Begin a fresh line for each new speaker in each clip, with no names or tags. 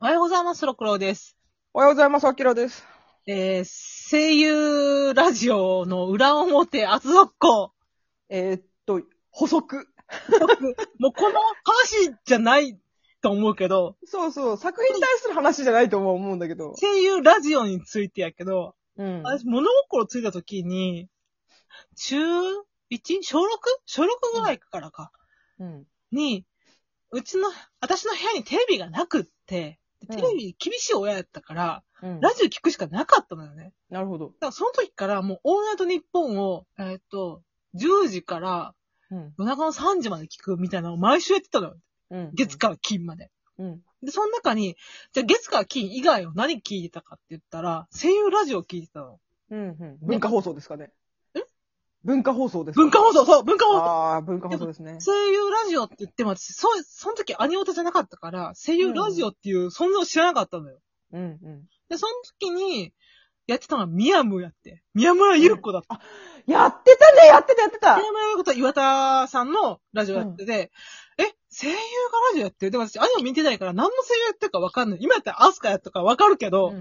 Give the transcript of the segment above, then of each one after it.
おはようございます、ろくろです。
おはようございます、あきらです。
えー、声優ラジオの裏表厚底。こ。
えーっと、補足。
もうこの話じゃないと思うけど、
そうそう、作品に対する話じゃないと思う思うんだけど。
声優ラジオについてやけど、
うん
私物心ついた時に、中 1? 小 6? 小6ぐらいからか。
うん。
に、うちの、私の部屋にテレビがなくって、
う
テ
ん
レビ厳しい親やったから、
うん
ラジオ聞くしかなかったのよね。
なるほど。
だからその時からもう、オールナイトニッポンを、えーっと、10時から
うん。
夜中の3時まで聞くみたいなのを毎週やってたのよ。
うん
月。から金まで。
うん。
で、その中に、じゃあ月から金以外を何聞いてたかって言ったら、声優ラジオを聞いてたの。
うん。うん文化放送ですかね。文化放送ですか。
文化放送、そう、文化放送。
ああ、文化放送ですね。
声優ラジオって言っても私、そう、その時アニオタじゃなかったから、声優ラジオっていう存在を知らなかったのよ。
うん。うん。
で、その時に、やってたのはミヤムやって。宮村優子だった。
やってたね、やってた、やってた。
宮村優子と岩田さんのラジオやってて、え、声優がラジオやってるでも私、アニメ見てないから何の声優やってるかわかんない。今やったらアスカやったからわかるけど、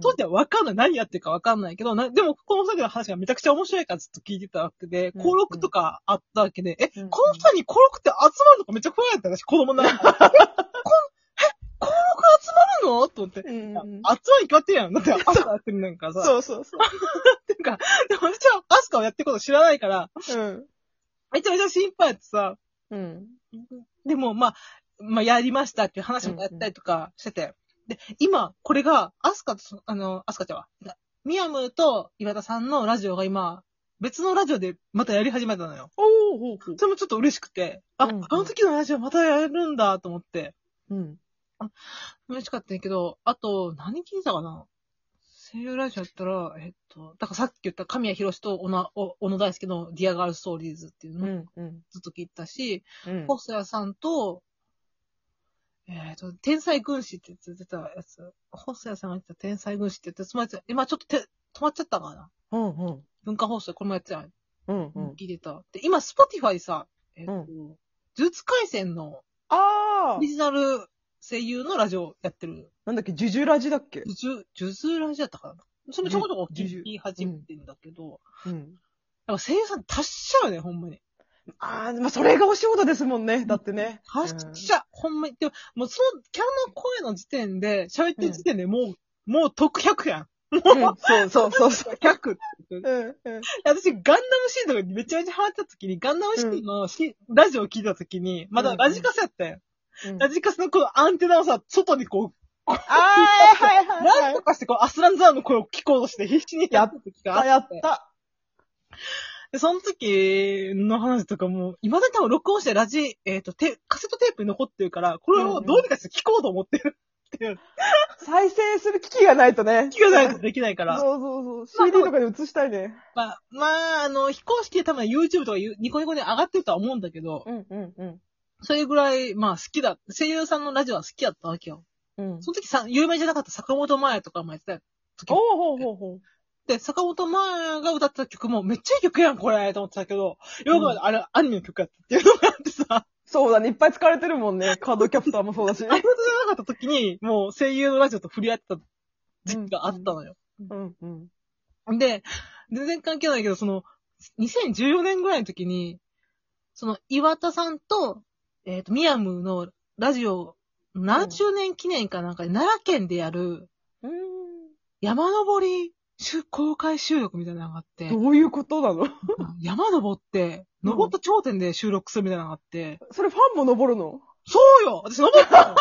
当時はわかんない。何やってるかわかんないけど、なでも、この二人の話がめちゃくちゃ面白いからずっと聞いてたわけで、
うん
登録とかあったわけで、え、
うん
この二人に登録って集まるのかめっちゃ怖いった私、子供ながら。え、こんえ、登録集まるのと思って。
うんう
集
ん
まるに決まってるやん。だって、アスカやってるなんかさ。
そうそうそ
でも、私はアスカをやってること知らないから、
う。
めちゃめちゃ心配やってさ、
うん。うん。
でも、まあ、まあ、やりましたっていう話もやったりとかしてて。で、今、これが、アスカとその、あの、アスカちゃんは、ミヤムと岩田さんのラジオが今、別のラジオでまたやり始めたのよ。
おー、ほうほう。
それもちょっと嬉しくて、あ、
うんうん
あの時のラジオまたやるんだと思って、
うん。
嬉しかったんやけど、あと、何聞いたかな声優ラジオやったら、えっと、だからさっき言った神谷博士と小野お小野大輔のディアガールストーリーズっていう
う
のを
ん。うん。
ずっと聞いてたし、
うん
細谷さんと、えっ、と、天才軍師って言ってたやつ。細谷さんが言ってた天才軍師って言ってたつまりさ、今ちょっとて止まっちゃったかな。
うん。うん。
文化放送でこれもやってたやん。
うん。うん。
聞いてた。で、今、スポティファイさ、えっ、と、
うん
呪術回戦の
ああ
オリジナル声優のラジオやってる。
なんだっけ、ジュジュラジだっけ
呪術、呪術ラジオやったかな。それもちょこちょこ
呪術
聞き始めてんだけど、
う
や
ん。
っぱ声優さん達者よね、ほんまに。
ああ、まあ、それがお仕事ですもんね。だってね。
達者、ほんまに。でも、もうそのキャラの声の時点で、喋ってる時点でもう、もう得100やん。
うんそうそうそうそう。
100。
うん、うん。
私、ガンダムシードがめちゃめちゃハマってた時に、ガンダムシードのし、ラジオを聞いた時に、まだラジカセやったよ。ラジカセのこのアンテナをさ、外にこ
ああ、はいは
う、
いは
なん
い
と。かしてこう、アスランザーの声を聞こうとして必死にやった時があって。
やった。
で、その時の話とかも、未だに多分録音してラジ、えっ、と、テカセットテープに残ってるから、これをどうにかして聞こうと思ってるっていう。
再生する機器がないとね。
聞かないとできないから。
そうそうそう。CD とかで映したいね。
まあ、まあ、あの、非公式で多分 YouTube とかゆニコニコで上がってるとは思うんだけど、
うん、うん、うん。
それぐらい、まあ好きだ、声優さんのラジオは好きだったわけよ。
うん
その時さ、有名じゃなかった坂本真綾とかもやってた
お
時
ーほうほうほう。
で、坂本真綾が歌ってた曲もめっちゃいい曲やん、これと思ってたけど、よくまであれ、アニメの曲やったっていうのがあってさ、
そうだね。いっぱい使われてるもんね。 カードキャプターもそうだし。
アニメじゃなかった時に、もう声優のラジオと触れ合ってた時期があったのよ。
うん、うん。
で、全然関係ないけど、その、2014年ぐらいの時に、その、岩田さんと、えっ、と、ミヤムのラジオ、何周年記念かなんかで、奈良県でやる、山登りしゅ公開収録みたいなのがあって、
どういうことなの
山登って、
うん
登った頂点で収録するみたいなのがあって、
それファンも登るの
そうよ私登った よ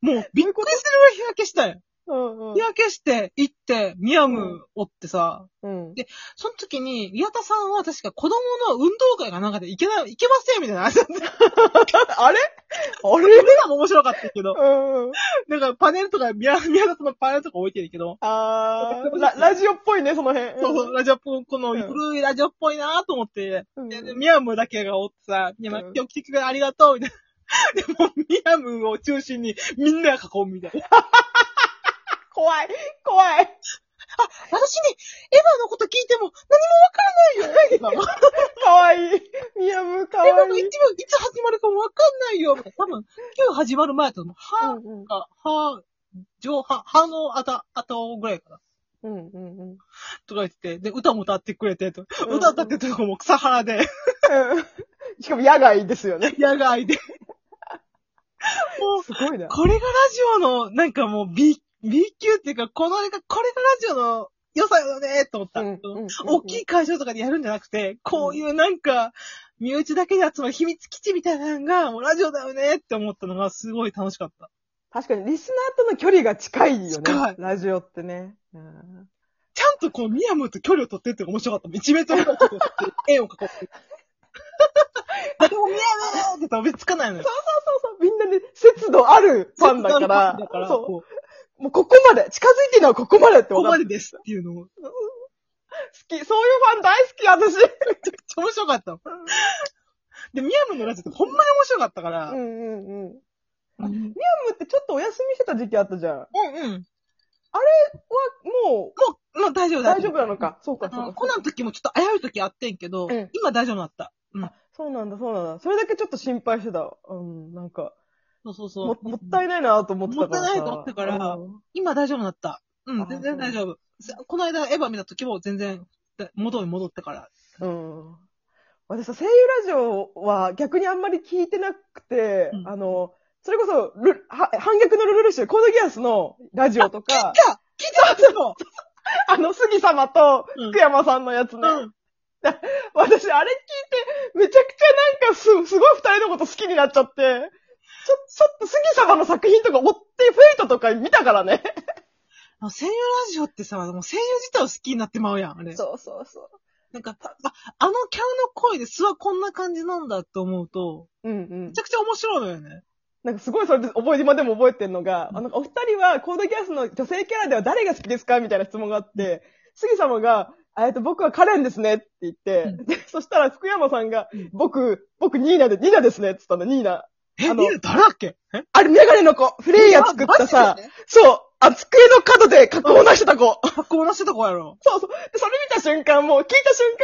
もう、びっくりするぐらい日焼けしたよ。
うん、
日焼けして、行って、ミヤムおってさ、
うん。
でその時に、岩田さんは確か子供の運動会がなんかで行けない、行けませんみ たいな話だった。
あれあ
俺
れ
らも面白かったけど。
うん。
なんかパネルとか、宮宮田さんのパネルとか置いてるけど。
あー、ララジオっぽいね、その辺。
そうそう、ラジオっぽい、この
うん
古いラジオっぽいなと思って、
うん。
でミヤムだけがおってさ、ミヤム
うん
今日来てくれてありがとうみたい な。でも、ミヤムを中心にみんなが囲うみたいな。
怖い怖い
私ね、エヴァのこと聞いても何 もわからないよ。
かわいい。ミヤムか
エヴァ
わ
の
い
一
い。
部いつ始まるかもわかんないよ。多分、今日始まる前だと思う。はー
うん
か、はー、上、は、はのあた、あたおぐらいかな。
うんうんうん。
とか言ってて、で、歌も歌ってくれて、と。
うん
歌歌ってたとこも草原で、
うんしかも野外ですよね。
野外で。もう、
すごいな。
これがラジオの、なんかもう B、B 級っていうか、この映画、これがラジオの良さよね、と思った。大き
い。
い会場とかでやるんじゃなくて、こういうなんか、身内だけで集まる秘密基地みたいなのが、もうラジオだよねって思ったのがすごい楽しかった。
確かに、リスナーとの距離が近いよ
近い
ね。ラジオってね。うん
ちゃんとこう、ミヤムと距離を取ってって面白かったもん。1メートルぐらい取って、円を囲って。でもミヤムーって言ったら追いつかないのよ。
そうそうみんなね、節度あるファンだか
だ
ら
か、ら、
そ
こう
う。もうここまで、近づいてるのはここまでって
ここ
分か
ま
る。
でですっていうのも、
好き。そういうファン大好き、私。
めっちゃ面白かったもん。で、ミヤムのラジオってほんまに面白かったから、
うんうんうん。
うん、うん
ムってちょっとお休みしてた時期あったじゃん。は、
うん。
も
もう、もう大丈夫
う、
だ
大丈夫なの。か。そうか、
あ
そう
の
か。
コナンの時もちょっと危うい時あってんけど、
うん
今大丈夫になった。
そうなんだ、そうなんだ。それだけちょっと心配してた。うん、なんか、
そうそうそう。
ももったいないなと思ってたから
もっ
さ。
たいないと思ったから
うん
今大丈夫になった。う
あ
ん、全然
そうな
大
んだ
丈夫。せこの間エヴァ見た時も全然、だ元に戻ってから。
うん。私さ、声優ラジオは逆にあんまり聞いてなくて、
うん
あの、それこそ、ルは反逆のルルルシュ、コードギアスのラジオ とか、
聞いた聞いたでも
あの、杉様と
うん
福山さんのやつ ね。
うん。
私、あれ聞いて、めちゃくちゃなんかす、すごい二人のこと好きになっちゃって、ちょ、ちょっと杉様の作品とか追って、フェイトとか見たからね。
あの声優ラジオってさ、もう声優自体を好きになってまうやん、あれ。
そうそうそ
なんか、あ、あのキャラの声で素はこんな感じなんだって思うと、
う。うんうん
めち。ゃくちゃ面白いのよね。
なんかすごいそれで覚え、今でも覚えてるのが、
うん
あの、お二人はコードギアスの女性キャラでは誰が好きですかみたいな質問があって、杉様が、えっと、僕はカレンですねって言って、
う
でそしたら福山さんが、
うん
僕、僕ニーナで、ニーナですねって言ったの、ニーナ。
え、
あの
みんな誰だっけえ
あれ、メガネの子、フレイヤ作ったさ、そう、あ、机の角で格好を出してた子。
格好なしてた子やろ。
そうそう。でそれ見た瞬間、もう聞いた瞬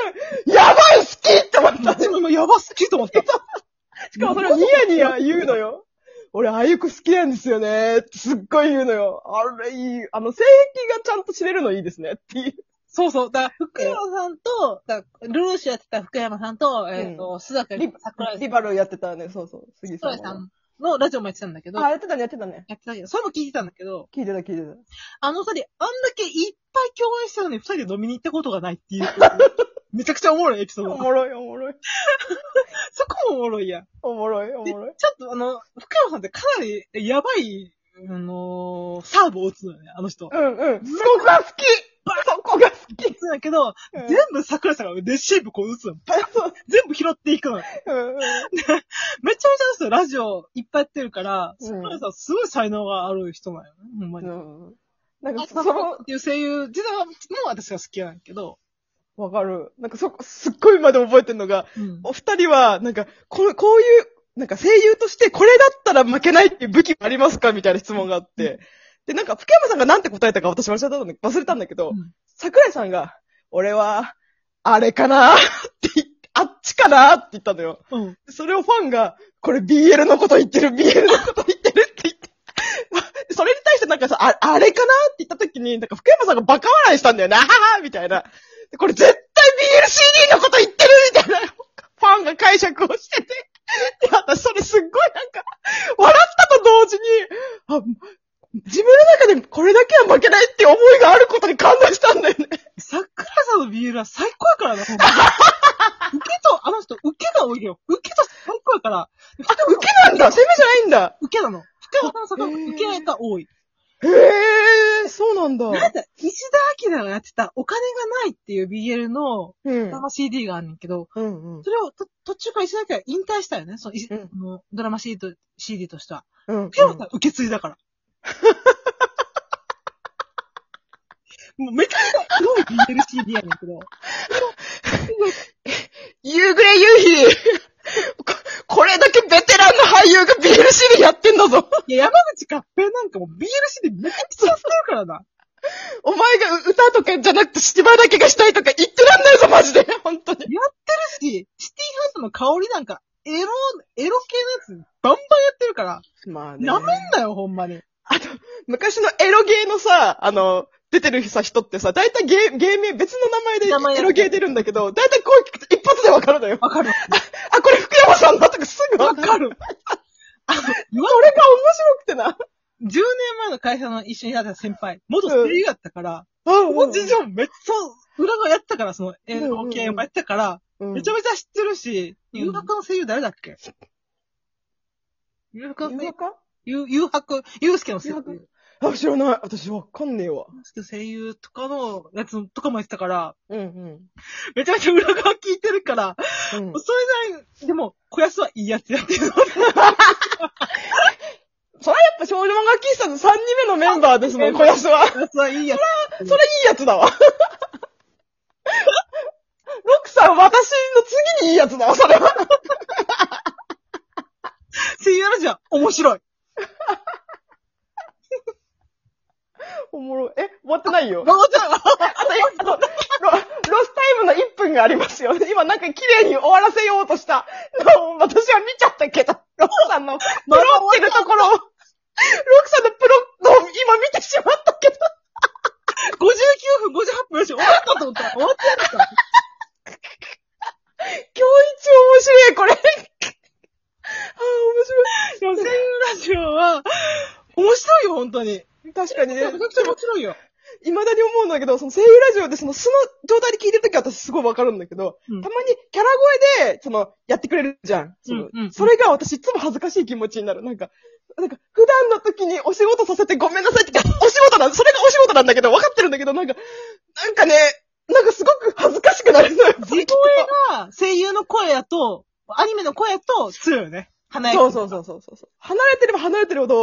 間、やばい好きって思った。
私も今やばすぎと思った。
しかもそれをニヤニヤ言うのよ。俺、ああいう子好きなんですよね。ってすっごい言うのよ。あれ、いい。あの、性癖がちゃんと知れるのいいですね。っていう。
そうそう。だから、福山さんと、だからルルーシュやってた福山さんと、えっ、と、須坂
リ
桜井さん
リバルやってたね。そうそう。杉
桜井さんのラジオもやってたんだけど、
あ、やってたね、やってたね。
やってたけど、それも聞いてたんだけど、
聞いてた、聞いてた。
あの二人、あんだけいっぱい共演してたのに二人で飲みに行ったことがないって いう。めちゃくちゃおもろいエピソー
お
ド。
もろい、おもろい。
そこもおもろいやん。
おもろい、お
で、ちょ
もろい
っ。とあの、福山さんってかなりやばい、あのーサーブを打つのよね、あの人。打
うんうん。そこが好きそこが好き、
つんだけど、
うん
全部桜井さんがレシーブこう打つの。
そう
全部拾っていくの。めち
うんうん。
ゃめちゃあの人ラジオいっぱいやってるから、
うん
桜井さんすごい才能がある人なんよね、ほんまに。
うんなん
あ
か、
そ
そ
の
の
っ、ていう声優自体はもう私が好きなんやけど、
わかる。なんかそこ、すっごいまで覚えてるのが、
うん
お二人は、なんか、こう、こういう、なんか声優としてこれだったら負けないっていう武器ありますかみたいな質問があって。で、なんか、福山さんがなんて答えたか私忘れたんだ忘れたんだけど、
うん
桜井さんが、俺は、あれかなって言って、あっちかなって言ったのよ。
うん。
それをファンが、これ BL のこと言ってる、BL のこと言ってるって言って。 それに対してなんかさ、ああれかなって言った時に、なんか福山さんがバカ笑いしたんだよね、あははみたいな。でこれ絶対 BLCD のこと言ってるみたいな、ファンが解釈をしてて。で、私それすっごいなんか、笑ったと同時に、あ自分の中でこれだけは負けないって思いがあることに感動したんだよね。
桜さんのビールは最高やからな、ほんまに受けと、あの人、受けが多いよ。受けと最高やから、
あ、受けなんだ攻めじゃないんだ
受けなの。福山さんの作品受けが多い。
へえ、そうなんだ。
なんか、石田明がやってた、お金がないっていう BL の、
うん
ドラマ CD があんねんけど、
うんうん。
それをと途中から石田明が引退したよね、その、石
うん
あのドラマ CD と CD としては。
うん
福山さん受け継いだ から。もうめちゃめちゃ黒い BL CD やねんけど。
夕暮れ夕日 ここれだけベテランの俳優が BLC でやってんだぞ
いや、山口合併なんかもう BLC でめちゃくちゃやってるからな。
お前がう歌とかじゃなくて芝だけがしたいとか言ってらんないぞ、マジで。本当に。
シティハウスの香りなんか、エロ、エロ系のやつ、バンバンやってるから、
まあ
なめんなよ、ほんまに。
昔のエロゲーのさ、あの、出てるさ、人ってさ、大体ゲー、芸名、別の名
名
前
前
でエロゲー出るんだけど、大体声聞くと一発でわかるのよ。
わかる。
あ、これ福山さんだとかすぐ わ
わ
か
か
る。
る。あの、
それが面白くてな。
10年前の会社の一緒になった先輩、元声優やったから、
あ
この事情めっちゃ裏側やってたから、その、え
うんうんうん
ー、系もやってたから、めちゃめちゃ知ってるし、
うん
誘惑の声優誰だっけ誘惑の声
誘
優ゆ
惑
誘惑、ゆうすけの声優。
誘惑あ、知らない。私わかんねえわ。
ゆうすけの声優とかのやつとかもやってたから、
うんうん。
めちゃめちゃ裏側聞いてるから、
うん
それなりに、でも、こやすはいいやつやってるの。
やっぱ少女漫画喫茶の3人目のメンバーですもん、小安は。いい
こやすはいいやつ。
やつだわ。ロクさん、私の次にいいやつだわ、それは。
声優ラジオは面白い。
おもろい。え、終わってないよ。
頑張った
あと、あと、ロ、ロスタイムの1分がありますよ。今なんか綺麗に終わらせようとした。のを私は見ちゃったけど、ロクさんの、プロってるところを、ロクさんのプロットを今見てしまったけど。
!59 分58分よし、終わったと思ったら終わってやった。
今日一面白い、これ。あー、
でも声優ラジオは、面白いよ、本当に。
面白い。確かに
め
ね
ちゃ。くちゃ面白いよ。
未だに思うんだけど、その声優ラジオでその素の状態で聞いてるときは私すごいわかるんだけど、
うん
たまにキャラ声で、その、やってくれるじゃん。その
うんうんうん
それが私いつも恥ずかしい気持ちになる。なんか、なんか、普段の時にお仕事させてごめんなさいって、お仕事なん、それがお仕事なんだけど、わかってるんだけど、なんか、なんかね、なんかすごく恥ずかしくなるのよ。
自声が声優の声やと、アニメの声やと、強いよね。華やか
そうそうそうそうそう。離れてれば離れてるほど、